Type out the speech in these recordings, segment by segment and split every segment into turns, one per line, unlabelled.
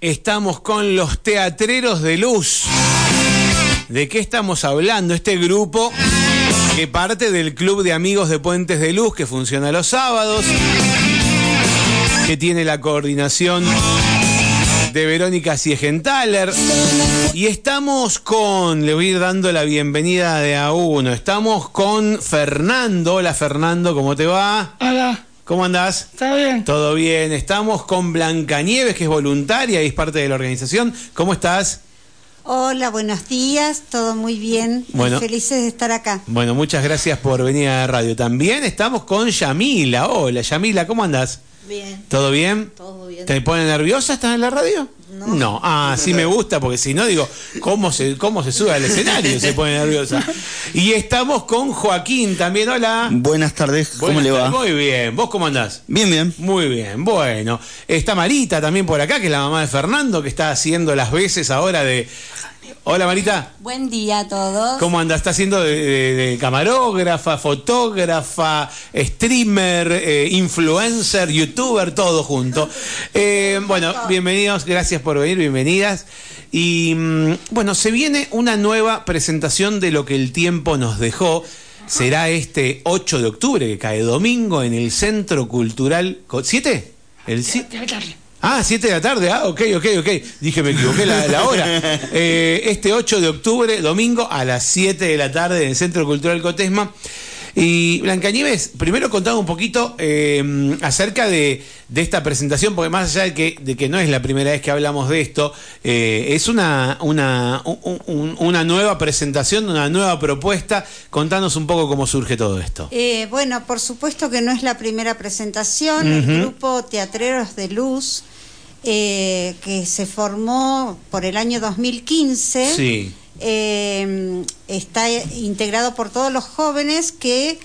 Estamos con los teatreros de luz. ¿De qué estamos hablando? Este grupo que parte del Club de Amigos de Puentes de Luz que funciona los sábados, que tiene la coordinación de Verónica Siegenthaler. Y estamos con, le voy a ir dando la bienvenida de a uno, estamos con Fernando. Hola Fernando, ¿cómo te va?
Hola,
¿Cómo andás?
¿está bien?
Todo bien, estamos con Blancanieves, que es voluntaria y es parte de la organización. ¿Cómo estás?
Hola, buenos días, todo muy bien.
Bueno.
Felices de estar acá.
Bueno, muchas gracias por venir a la radio. También estamos con Yamila. Hola, Yamila, ¿cómo andás?
Bien,
¿Todo bien?
todo bien.
¿Te pone nerviosa estar en la radio?
No.
Ah, sí me gusta, porque si no, digo, ¿cómo se, cómo se sube al escenario? Se pone nerviosa. Y estamos con Joaquín también. Hola.
Buenas tardes, ¿cómo
Buenas
le va?
tardes. Muy bien. ¿Vos cómo andás?
Bien, bien.
Muy bien, bueno. Está Marita también por acá, que es la mamá de Fernando, que está haciendo las veces ahora de... Hola Marita,
Buen día a todos.
¿cómo anda? Está haciendo de, de- de camarógrafa, fotógrafa, streamer, eh, influencer, youtuber, todo junto. Eh, bueno, bienvenidos, gracias por venir, bienvenidas. Y mm, bueno, se viene una nueva presentación de lo que el tiempo nos dejó. Será este 8 de octubre, que cae domingo, en el Centro Cultural... Co- ¿Siete? El si-
De la tarde.
Ah, 7 de la tarde. Ah, ok, ok, ok. Dije, me equivoqué la, la hora. Eh, este 8 de octubre, domingo, a las 7 de la tarde en el Centro Cultural Cotesma. Y Blancanieves, primero contame un poquito eh, acerca de, de esta presentación, porque más allá de que, de que no es la primera vez que hablamos de esto, eh, es una, una, un- un- una nueva presentación, una nueva propuesta. Contanos un poco cómo surge todo esto.
Eh, bueno, por supuesto que no es la primera presentación. El grupo Teatreros de Luz, eh, que se formó por el año 2015,
Sí.
eh, está integrado por todos los jóvenes que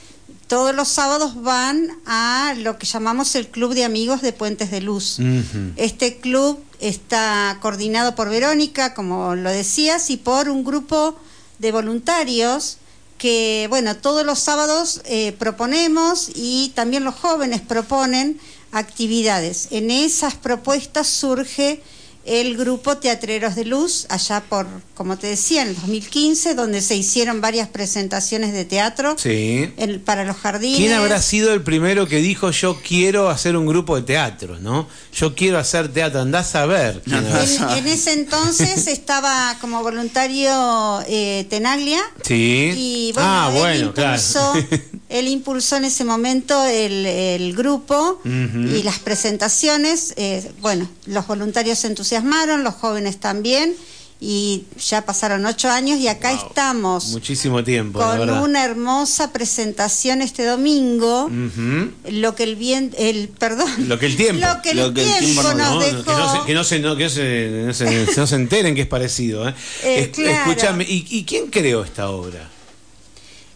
todos los sábados van a lo que llamamos el Club de Amigos de Puentes de Luz.
Ujú.
Este club está coordinado por Verónica, como lo decías, y por un grupo de voluntarios que, bueno, todos los sábados eh, proponemos y también los jóvenes proponen actividades. En esas propuestas surge el grupo Teatreros de Luz, allá por, como te decía, en el 2015, donde se hicieron varias presentaciones de teatro
Sí.
en- para los jardines.
¿Quién habrá sido el primero que dijo yo quiero hacer un grupo de teatro, no? Yo quiero hacer teatro, andás a ver. quién habrá sido.
En, en ese entonces estaba como voluntario eh, Tenaglia.
Sí.
Y bueno,
ah,
él,
bueno, claro.
impulsó, él impulsó en ese momento el, el grupo
Ujú.
y las presentaciones. eh, bueno, los voluntarios se entusiasmaron, los jóvenes también, y ya pasaron ocho años y acá estamos
Muchísimo tiempo, la
con
verdad.
una hermosa presentación este domingo.
Ujú.
Lo que el bien, el perdón,
Mm. Lo que el tiempo.
lo que el,
Lo que el
tiempo,
tiempo nos
nos
No,
dejó.
que no se, que no se- no- que no se- no se- no se enteren que es parecido. ¿eh?
Eh,
Es-
claro.
Escúchame, ¿y, y quién creó esta obra?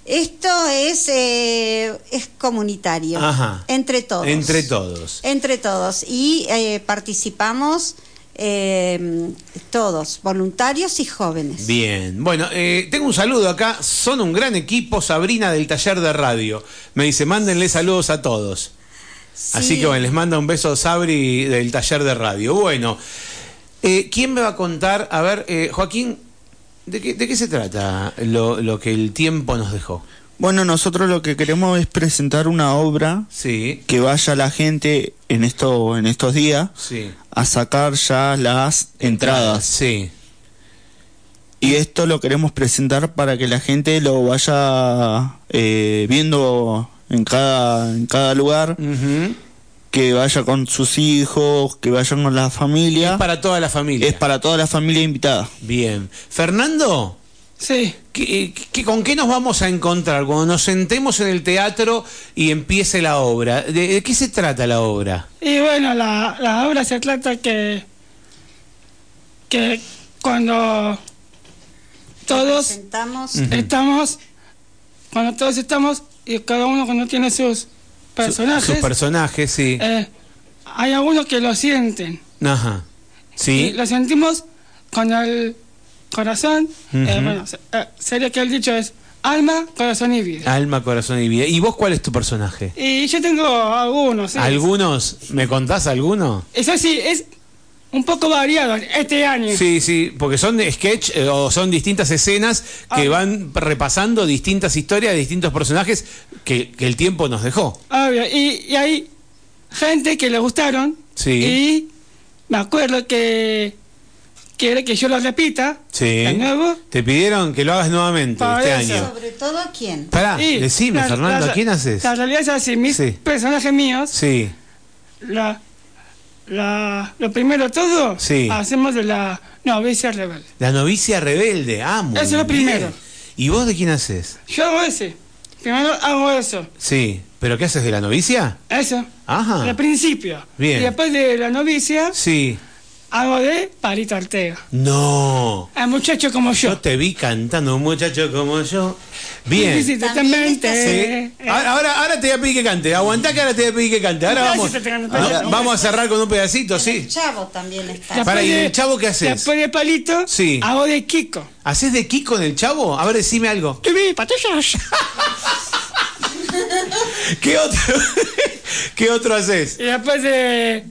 Esto es, eh, es comunitario.
Ajá.
Entre todos.
Entre todos.
Entre todos. Y eh, participamos eh, todos, voluntarios y jóvenes.
Bien, bueno, eh, tengo un saludo acá. Son un gran equipo, Sabrina del taller de radio. Me dice, mándenle saludos a todos.
Sí.
Así que bueno, les manda un beso Sabri del taller de radio. Bueno, eh, ¿quién me va a contar? A ver, eh, Joaquín, ¿de qué, de qué se trata lo, lo que el tiempo nos dejó?
Bueno, nosotros lo que queremos es presentar una obra
Sí,
que vaya la gente en esto en estos días
sí. Ah,
a sacar ya las entradas.
Sí.
Y esto lo queremos presentar para que la gente lo vaya eh, viendo en cada en cada lugar,
Ujú.
que vaya con sus hijos, que vayan con la familia.
Es para toda la familia.
Es para toda la familia invitada.
Bien. Fernando,
Sí,
¿qué- eh, qué- con qué nos vamos a encontrar cuando nos sentemos en el teatro y empiece la obra? ¿De, de qué se trata la obra?
y bueno, la, la obra se trata que, que cuando todos
Presentamos.
estamos, cuando todos estamos y cada uno cuando tiene sus
Su-
personajes,
Sus personajes, sí.
eh, hay algunos que lo sienten.
Ajá.
Y
Sí.
lo sentimos con el corazón, eh,
Ujú.
bueno, se- eh, sería que el dicho es alma, corazón y vida.
Alma, corazón y vida. ¿Y vos cuál es tu personaje?
Y yo tengo algunos. sí.
¿Algunos? ¿Me contás alguno?
Eso sí, es un poco variados este año.
Sí, sí, porque son de sketch eh, o son distintas escenas que
Ah.
van repasando distintas historias de distintos personajes que, que el tiempo nos dejó.
Obvio, y, y hay gente que le gustaron.
Sí.
Y me acuerdo que quiere que yo lo repita.
Sí.
De nuevo.
Te pidieron que lo hagas nuevamente
Para
este
eso.
año.
Sobre todo a quién.
Pará,
Y
Ah, decime,
la-
Fernando,
la-
¿a quién haces?
La realidad es así, mis
Sí.
personajes míos,
Sí,
la, la, lo primero de todo,
Sí.
hacemos de la novicia rebelde.
la novicia rebelde, amo.
Eso es lo primero.
¿Y vos de quién haces?
Yo hago ese, primero hago eso,
Sí, ¿pero qué haces de la novicia?
eso,
Ajá.
al principio.
Ah. Bien.
Y después de la novicia,
Sí.
hago de Palito Ortega.
No.
A muchacho como
Yo
yo.
te vi cantando, un muchacho como yo. Bien.
Sí, sí,
Sí. Ah,
totalmente. Eh,
Ahora, ahora, ahora te voy a pedir que cante. Aguantá que ahora te voy a pedir que cante. Ahora
Gracias,
vamos,
Tatiana.
ahora vamos a cerrar con un pedacito,
El
sí.
chavo también está.
Después
Para, ¿y
de-
el chavo qué haces?
Después de Palito,
Sí.
hago de Kiko.
¿Haces de Kiko en el chavo? A ver, decime algo.
Tuve patillas.
¿Qué otro, ¿Qué otro haces?
Y después de,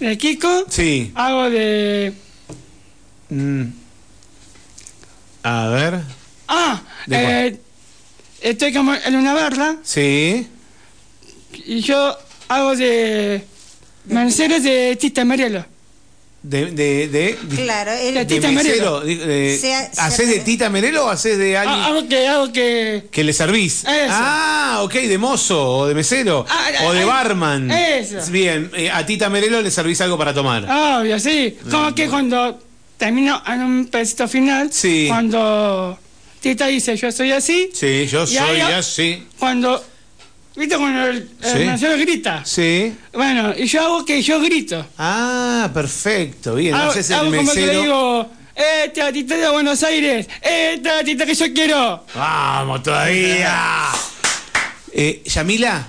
de Kiko,
Sí.
hago de.
Mm. A ver.
Ah,
¿De cuál?
eh, estoy como en una barra
Sí.
y yo hago de. Manceros de Tita Marielo.
De. de, de-
Claro, él-
de
De Tita
mesero, de- de-
Se ha- se
¿Haces
ha-
de Tita Merelo o haces de alguien
Ah, hago que. Hago que
que le servís?
Eso.
Ah, ok, de mozo o de mesero
Ah,
o de
ah,
barman.
eso. Ah.
Bien, eh, a Tita Merelo le servís algo para tomar.
obvio, sí. Como que cuando termino en un pedacito final,
Sí.
cuando Tita dice yo soy así,
Sí, yo
Ya,
soy
ya.
así.
cuando. ¿Viste cuando el, el
Sí.
Mancero grita?
Sí.
Bueno, y yo hago que yo grito.
Ah, perfecto, bien.
Hago,
Haces el
Ah, hago como que le
mesero.
digo, ¡eh, tatita de Buenos Aires! ¡eh, tatita que yo quiero!
¡Vamos todavía! Eh, Yamila,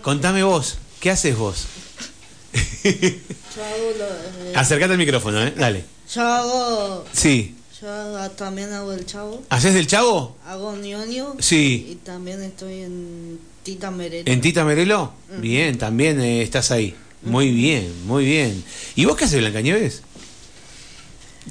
contame vos, ¿qué haces vos?
Yo hago, lo- eh,
Acercate al micrófono, ¿eh? Dale.
yo hago,
Sí.
yo hago- también hago el chavo,
¿Haces del chavo?
hago ñoño
Sí.
y también estoy en Tita Merelo.
¿En Tita Merelo? Bien, también eh, estás ahí. Muy bien, muy bien. ¿Y vos qué haces, Blancanieves?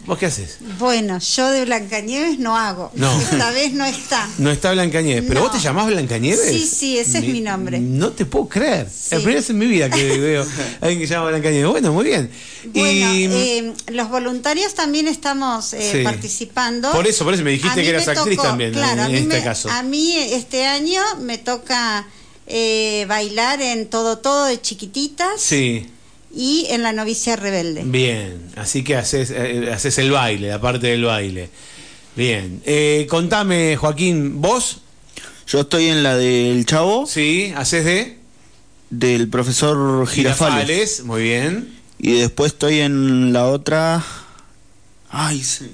¿Vos qué haces?
Bueno, yo de Blancanieves no hago.
No.
Esta vez no está.
No está Blancanieves, pero
No.
vos te llamás Blancanieves.
Sí, sí, ese es
Ni-
mi nombre.
No te puedo creer. Es
Sí.
La primera vez en mi vida que veo a alguien que se llama Blancanieves. Bueno, muy bien.
Bueno,
Y-
eh, los voluntarios también estamos eh,
Sí.
participando.
Por eso, por eso me
A
dijiste
mí
que eras
me
actriz
tocó,
también
claro,
en,
a mí
este
me-
caso.
A mí este año me toca eh, bailar en Todo Todo de Chiquititas
Sí,
y en La Novicia Rebelde.
bien. Así que haces, eh, haces el baile, la parte del baile. Bien. Eh, contame, Joaquín, vos,
Yo estoy en la del chavo,
sí, haces de
del profesor Girafales.
Girafales, Muy bien.
Y después estoy en la otra. Ay, sí.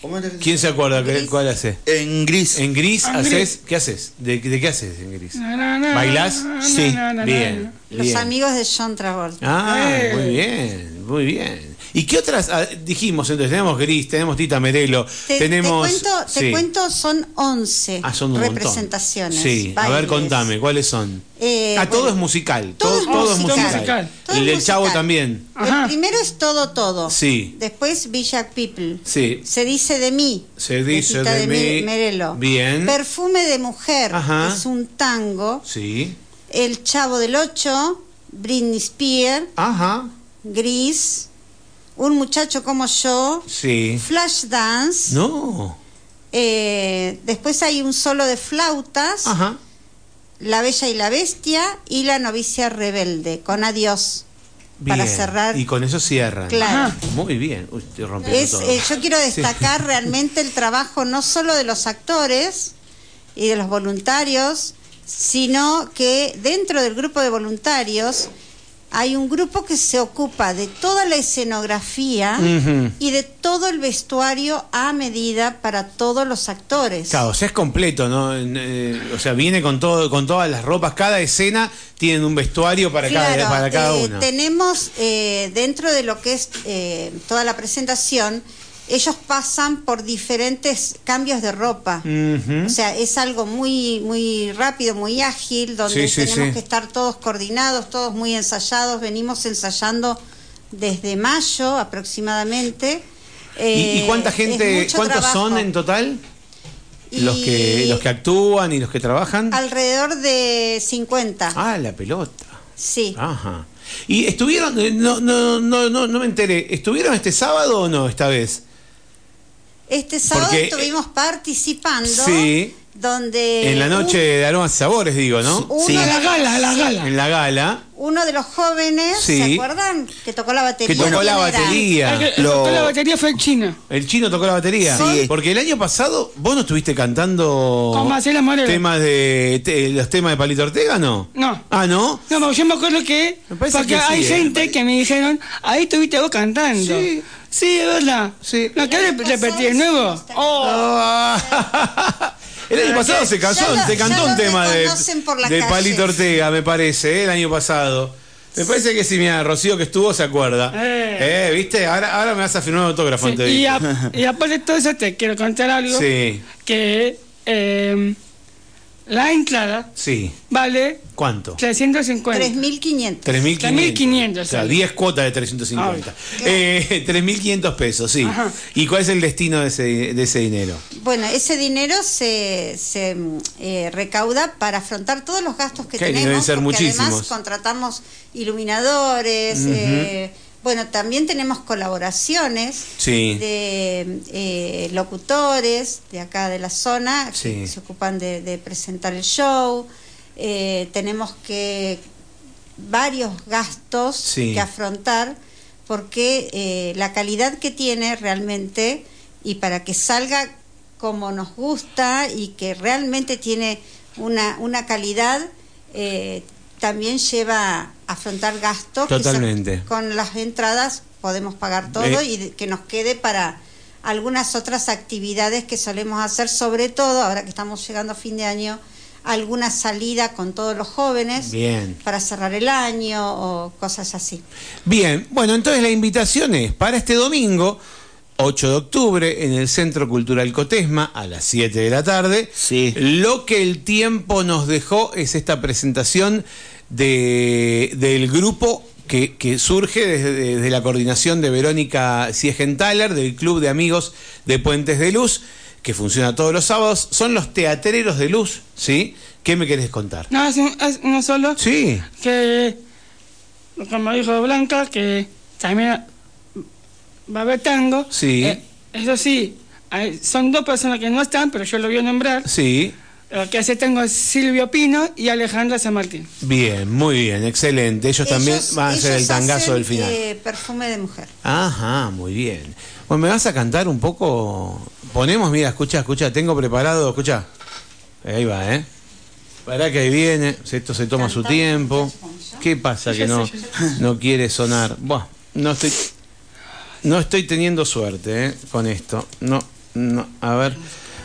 ¿Cómo era que
¿Quién se acuerda qué-
Gris.
cuál hace?
En gris.
En gris,
En
haces,
gris.
¿qué haces? ¿De, de qué haces en gris?
Na, na, na,
¿Bailás?
na,
Sí,
na, na, na,
Bien.
na.
Los
bien.
amigos de John Travolta.
Ah,
Eh.
muy bien, muy bien. ¿Y qué otras ah, dijimos entonces? Tenemos gris, tenemos Tita Merelo,
Te, te
tenemos.
cuento, te
sí.
cuento, son 11
Ah, son un montón.
representaciones.
Sí, a ver,
bailes.
contame, ¿cuáles son?
Eh,
ah, todo
bueno,
es musical.
todo es musical. Todo
Y el
es
del chavo
musical.
también.
Ajá.
El primero es Todo Todo.
Sí.
Después Villa People.
Sí.
Se dice de mí.
Se dice
Tita
de
Mi-
mí.
Merelo.
Bien.
Perfume de mujer.
Ajá.
Es un tango.
Sí.
El Chavo del Ocho. Britney Spears.
Ajá.
Gris. Un muchacho como yo.
Sí.
Flash Dance.
No.
eh, después hay un solo de flautas.
Ajá.
La Bella y la Bestia. Y La Novicia Rebelde. Con Adiós.
Bien.
Para cerrar.
Y con eso cierran.
Claro.
Ajá.
Muy bien. Uy, estoy rompiendo
Es,
todo.
eh, yo quiero destacar realmente el trabajo no solo de los actores y de los voluntarios, sino que dentro del grupo de voluntarios hay un grupo que se ocupa de toda la escenografía
Ujú.
y de todo el vestuario a medida para todos los actores.
Claro, o sea, es completo, ¿no? En, eh, o sea, viene con todo, con todas las ropas. Cada escena tiene un vestuario para cada,
Claro,
para cada
eh,
una.
Tenemos eh, dentro de lo que es eh, toda la presentación, ellos pasan por diferentes cambios de ropa.
Mm. Ujú.
O sea, es algo muy muy rápido, muy ágil,
Sí,
donde
sí,
tenemos
sí.
que estar todos coordinados, todos muy ensayados, venimos ensayando desde mayo aproximadamente.
¿Y,
Eh,
y cuánta
es
gente,
mucho
cuántos
trabajo.
son en total? Los
Y
que, los que actúan y los que trabajan.
Alrededor de 50.
Ah, la pelota.
sí.
Ajá. ¿Y estuvieron, eh, no, no, no, no, no me enteré, ¿estuvieron este sábado o no esta vez?
Este sábado
Porque- eh,
estuvimos participando.
Sí.
Donde
en la noche de aromas y sabores, digo, ¿no?
Eh, uno,
Sí.
A
de
la
los,
gala, a la gala.
En la gala.
uno de los jóvenes,
Sí.
¿se acuerdan? Que tocó la batería.
Que tocó la
¿Quién era?
batería.
El que- el que
Lo-
tocó la batería fue el chino.
El chino tocó la batería.
Sí.
Porque el año pasado vos no estuviste cantando
Con Marcela Moreno.
temas de te- los temas de Palito Ortega, ¿no?
No.
Ah, ¿no.
No, pero yo me acuerdo que.
Me parece
porque
que sí,
hay
eh,
gente
me pare-
que me dijeron, ahí estuviste vos cantando.
Sí.
Sí, es verdad.
Sí.
¿No querés
Pasó
repetir de
eso,
nuevo?
está-
Oh.
Ah. El año pasado se, casó,
Ya lo-
se cantó
ya
un
lo
tema de,
reconocen por la
de
calle.
Palito Ortega, me parece, ¿eh? el año pasado. Me parece que sí, mira, Rocío que estuvo se acuerda. Eh.
Eh.
¿Viste? Ahora, ahora me vas a firmar un autógrafo.
Sí,
antes de
y,
ir.
a- y aparte de todo eso, te quiero contar algo.
Sí,
Que eh, la entrada
sí.
vale
¿Cuánto?
350.
3.500.
3.500.
3.500,
O sea,
sí.
10 cuotas de 350. Eh, 3.500 pesos, sí.
Ajá.
¿Y cuál es el destino de ese, de ese dinero?
Bueno, ese dinero se, se, mm, eh, recauda para afrontar todos los gastos que
Que deben
tenemos.
ser
porque
muchísimos.
Además, contratamos iluminadores. eh, bueno, también tenemos colaboraciones
Sí.
de eh, locutores de acá de la zona
Sí.
que se ocupan de, de presentar el show. Eh, tenemos que varios gastos
Sí.
que afrontar porque eh, la calidad que tiene realmente y para que salga como nos gusta y que realmente tiene una, una calidad eh, también lleva a afrontar gastos que son-
Totalmente.
con las entradas podemos pagar todo
Eh.
y de- que nos quede para algunas otras actividades que solemos hacer sobre todo ahora que estamos llegando a fin de año alguna salida con todos los jóvenes
Bien.
para cerrar el año o cosas así.
Bien, bueno, entonces la invitación es para este domingo, 8 de octubre, en el Centro Cultural Cotesma, a las 7 de la tarde.
Sí.
Lo que el tiempo nos dejó es esta presentación de, del grupo que, que surge desde, desde la coordinación de Verónica Siegenthaler, del Club de Amigos de Puentes de Luz, que funciona todos los sábados. Son los Teatreros de Luz, ¿sí? ¿Qué me querés contar?
No, es, un- es uno solo.
Sí,
Que, como dijo Blanca, que también va a haber tango.
Sí.
Eh, eso sí, hay- son dos personas que no están, pero yo lo voy a nombrar.
sí.
Lo que hace tango es Silvio Pino y Alejandra San Martín.
Bien, muy bien, excelente. Ellos, también van a hacer el
ellos
tangazo
hacen,
del final.
eh, perfume de mujer.
Ajá, muy bien. Bueno, ¿me vas a cantar un poco? Ponemos, mira, escucha, escucha, tengo preparado, escucha. Ahí va, ¿eh? Pará que ahí viene, se- esto se toma su
Cantamos,
tiempo.
muchachos, como yo.
¿Qué pasa
Yo
que
sé,
no,
yo sé.
no quiere sonar? Buah, no estoy, no estoy teniendo suerte ¿eh? con esto. No, no, a ver,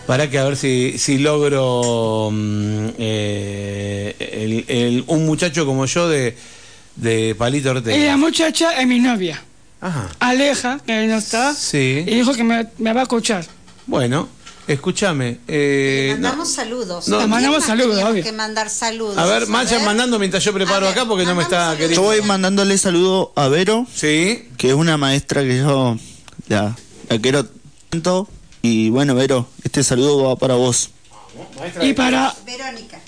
pará que a ver si, si logro mm, eh, el- el- un muchacho como yo de, de Palito
Y la
Ortega.
muchacha es mi novia.
Ajá.
Aleja, que no está,
Sí.
y dijo que me, me va a escuchar.
Bueno, escúchame. eh,
Le
no.
mandamos saludos.
No.
¿A
Le
quién
mandamos
más
saludos,
teníamos
obvio.
que mandar saludos.
A ver, vayan
ver.
mandando mientras yo preparo
A ver,
acá porque no me está
mandamos saludos.
queriendo.
Yo voy mandándole saludo a Vero,
Sí,
que es una maestra que yo la, la quiero tanto. Y bueno, Vero, este saludo va para vos.
Y para
Verónica.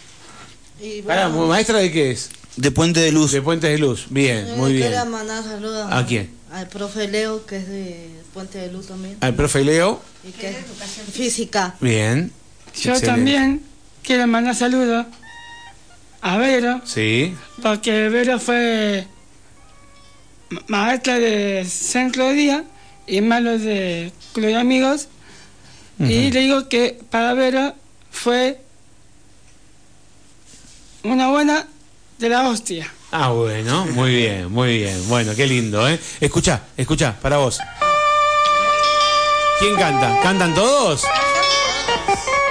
Y
Pará,
bueno,
maestra de qué es?
De Puente de Luz.
De Puentes de Luz. Bien,
Eh,
yo
muy
le
bien.
quería eh, mandar saludos
¿A quién?
Al profe Leo, que es de Puente de Luz también.
Al profe Leo.
Y que es física.
Bien.
yo
Excelente.
también quiero mandar saludos a Vero,
Sí,
porque Vero fue ma- maestra de Centro de Día y malo de Club de Amigos. Y le digo que para Vero fue una buena de la hostia.
Ah, bueno, muy bien, muy bien. Bueno, qué lindo, ¿eh? Escucha, escucha, para vos. ¿Quién canta? ¿Cantan todos?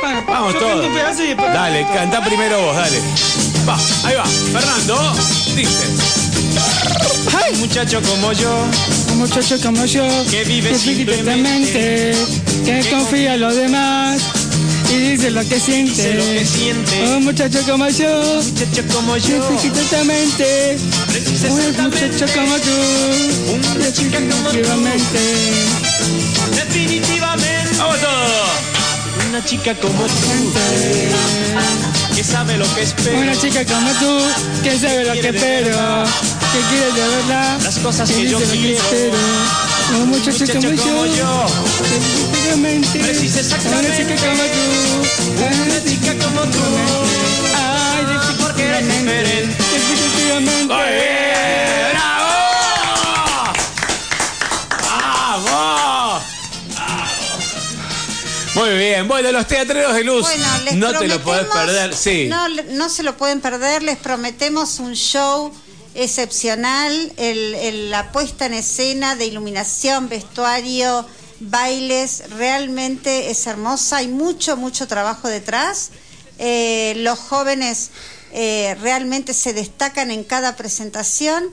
Bueno,
Vamos
yo canto
todos.
un pedazo y después-
Dale, canta primero vos, dale. Va, ahí va. Fernando, dice.
Hay muchacho como yo,
Un muchacho como yo,
Que vive
simplemente,
simplemente,
que confía en los demás, y dice lo que siente.
Dice lo que siente.
Un muchacho como yo,
muchacho como yo.
exquisitamente. Un muchacho como tú,
Una chica como tú.
definitivamente.
Definitivamente. ¡Vamos todos! Una chica como tú, que sabe lo que espera.
Una chica como tú, que sabe lo que espero, que quiere de verdad,
Las cosas
que
que yo
dice lo que
quiero.
espero. Un muchacho
Muchacha
como
como yo.
yo, definitivamente.
Precisa
Una
exactamente.
chica como tú,
Una chica como tú.
ay,
Porque eres
definitivamente.
diferente.
Definitivamente.
¡Bravo!
¡Vamos! Muy bien, bueno, los teatreros de luz.
Bueno, les
no te lo podés
prometemos-
perder, sí.
No, le- no se lo pueden perder, les prometemos un show excepcional, el- el- la puesta en escena de iluminación, vestuario, bailes, realmente es hermosa, hay mucho, mucho trabajo detrás. Eh, los jóvenes eh, realmente se destacan en cada presentación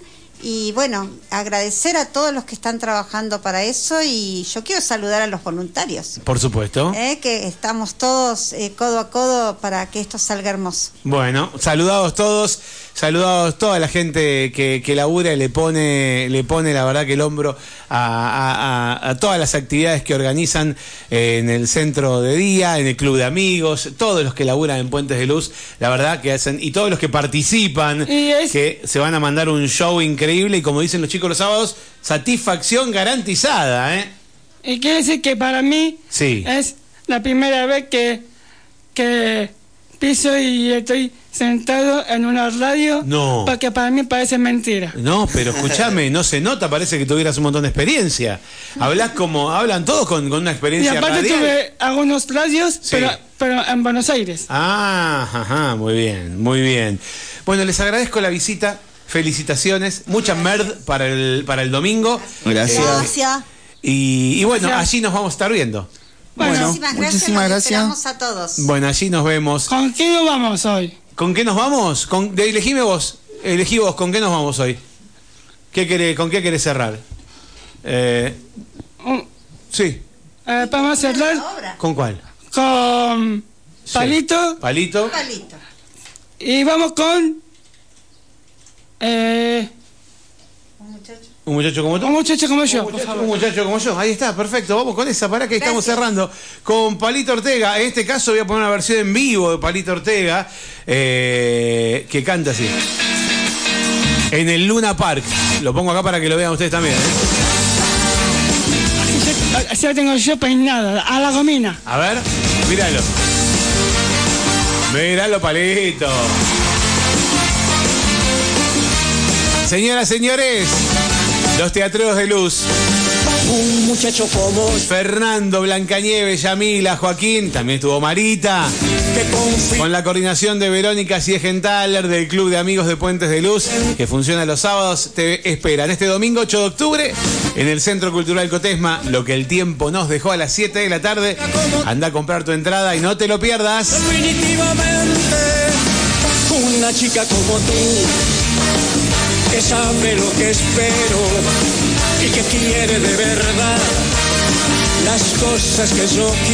y bueno, agradecer a todos los que están trabajando para eso y yo quiero saludar a los voluntarios.
Por supuesto.
Eh, que estamos todos eh, codo a codo para que esto salga hermoso.
Bueno, saludados todos, saludados toda la gente que, que labura y le pone, le pone la verdad que el hombro a, a- a- a todas las actividades que organizan eh, en el centro de día, en el club de amigos, todos los que laburan en Puentes de Luz, la verdad que hacen, y todos los que participan,
Y es-
que se van a mandar un show increíble y como dicen los chicos los sábados, satisfacción garantizada, ¿eh?
Y quiere decir que para mí
Sí.
es la primera vez que, que piso y estoy sentado en una radio.
No.
Porque para mí parece mentira.
No, pero escúchame, no se nota, parece que tuvieras un montón de experiencia. Hablas como, hablan todos con, con una
Y
experiencia
aparte
radial.
tuve algunos radios, pero, pero en Buenos Aires.
Ah, ajá, muy bien, muy bien. Bueno, les agradezco la visita, felicitaciones, mucha merd para el, para el domingo.
Gracias.
Gracias.
Y, y bueno,
Gracias.
allí nos vamos a estar viendo.
Bueno,
muchísimas gracias.
muchísimas
los
gracias.
esperamos a todos.
Bueno, allí nos vemos.
¿Con qué nos vamos hoy?
¿Con qué nos vamos? Con, de- elegime vos, elegí vos, ¿con qué nos vamos hoy? ¿Qué querés- ¿Con qué querés cerrar? Eh,
Un-
sí,
eh, vamos a cerrar
La obra.
¿con cuál?
con
Sí.
Palito
Palito.
Palito.
y vamos con eh,
Un muchacho.
Un muchacho como tú.
un muchacho como yo,
Un
por
muchacho-
favor.
un muchacho como yo, ahí está, perfecto. Vamos con esa, para que estamos
Gracias.
cerrando. Con Palito Ortega, en este caso voy a poner una versión en vivo de Palito Ortega, eh, que canta así. En el Luna Park. Lo pongo acá para que lo vean ustedes también. ¿eh?
Yo- Así la tengo yo peinada, a la gomina.
A ver, míralo. Míralo, Palito. Señoras, señores, los teatreros de luz.
Un muchacho como
Fernando, Blancanieves, Yamila, Joaquín, también estuvo Marita,
te confío.
con la coordinación de Verónica Siegenthaler del Club de Amigos de Puentes de Luz, que funciona los sábados, te esperan este domingo 8 de octubre en el Centro Cultural Cotesma, lo que el tiempo nos dejó a las 7 de la tarde. Anda a comprar tu entrada y no te lo pierdas.
Definitivamente, una chica como tú, que sabe lo que espero y que quiere de verdad las cosas que yo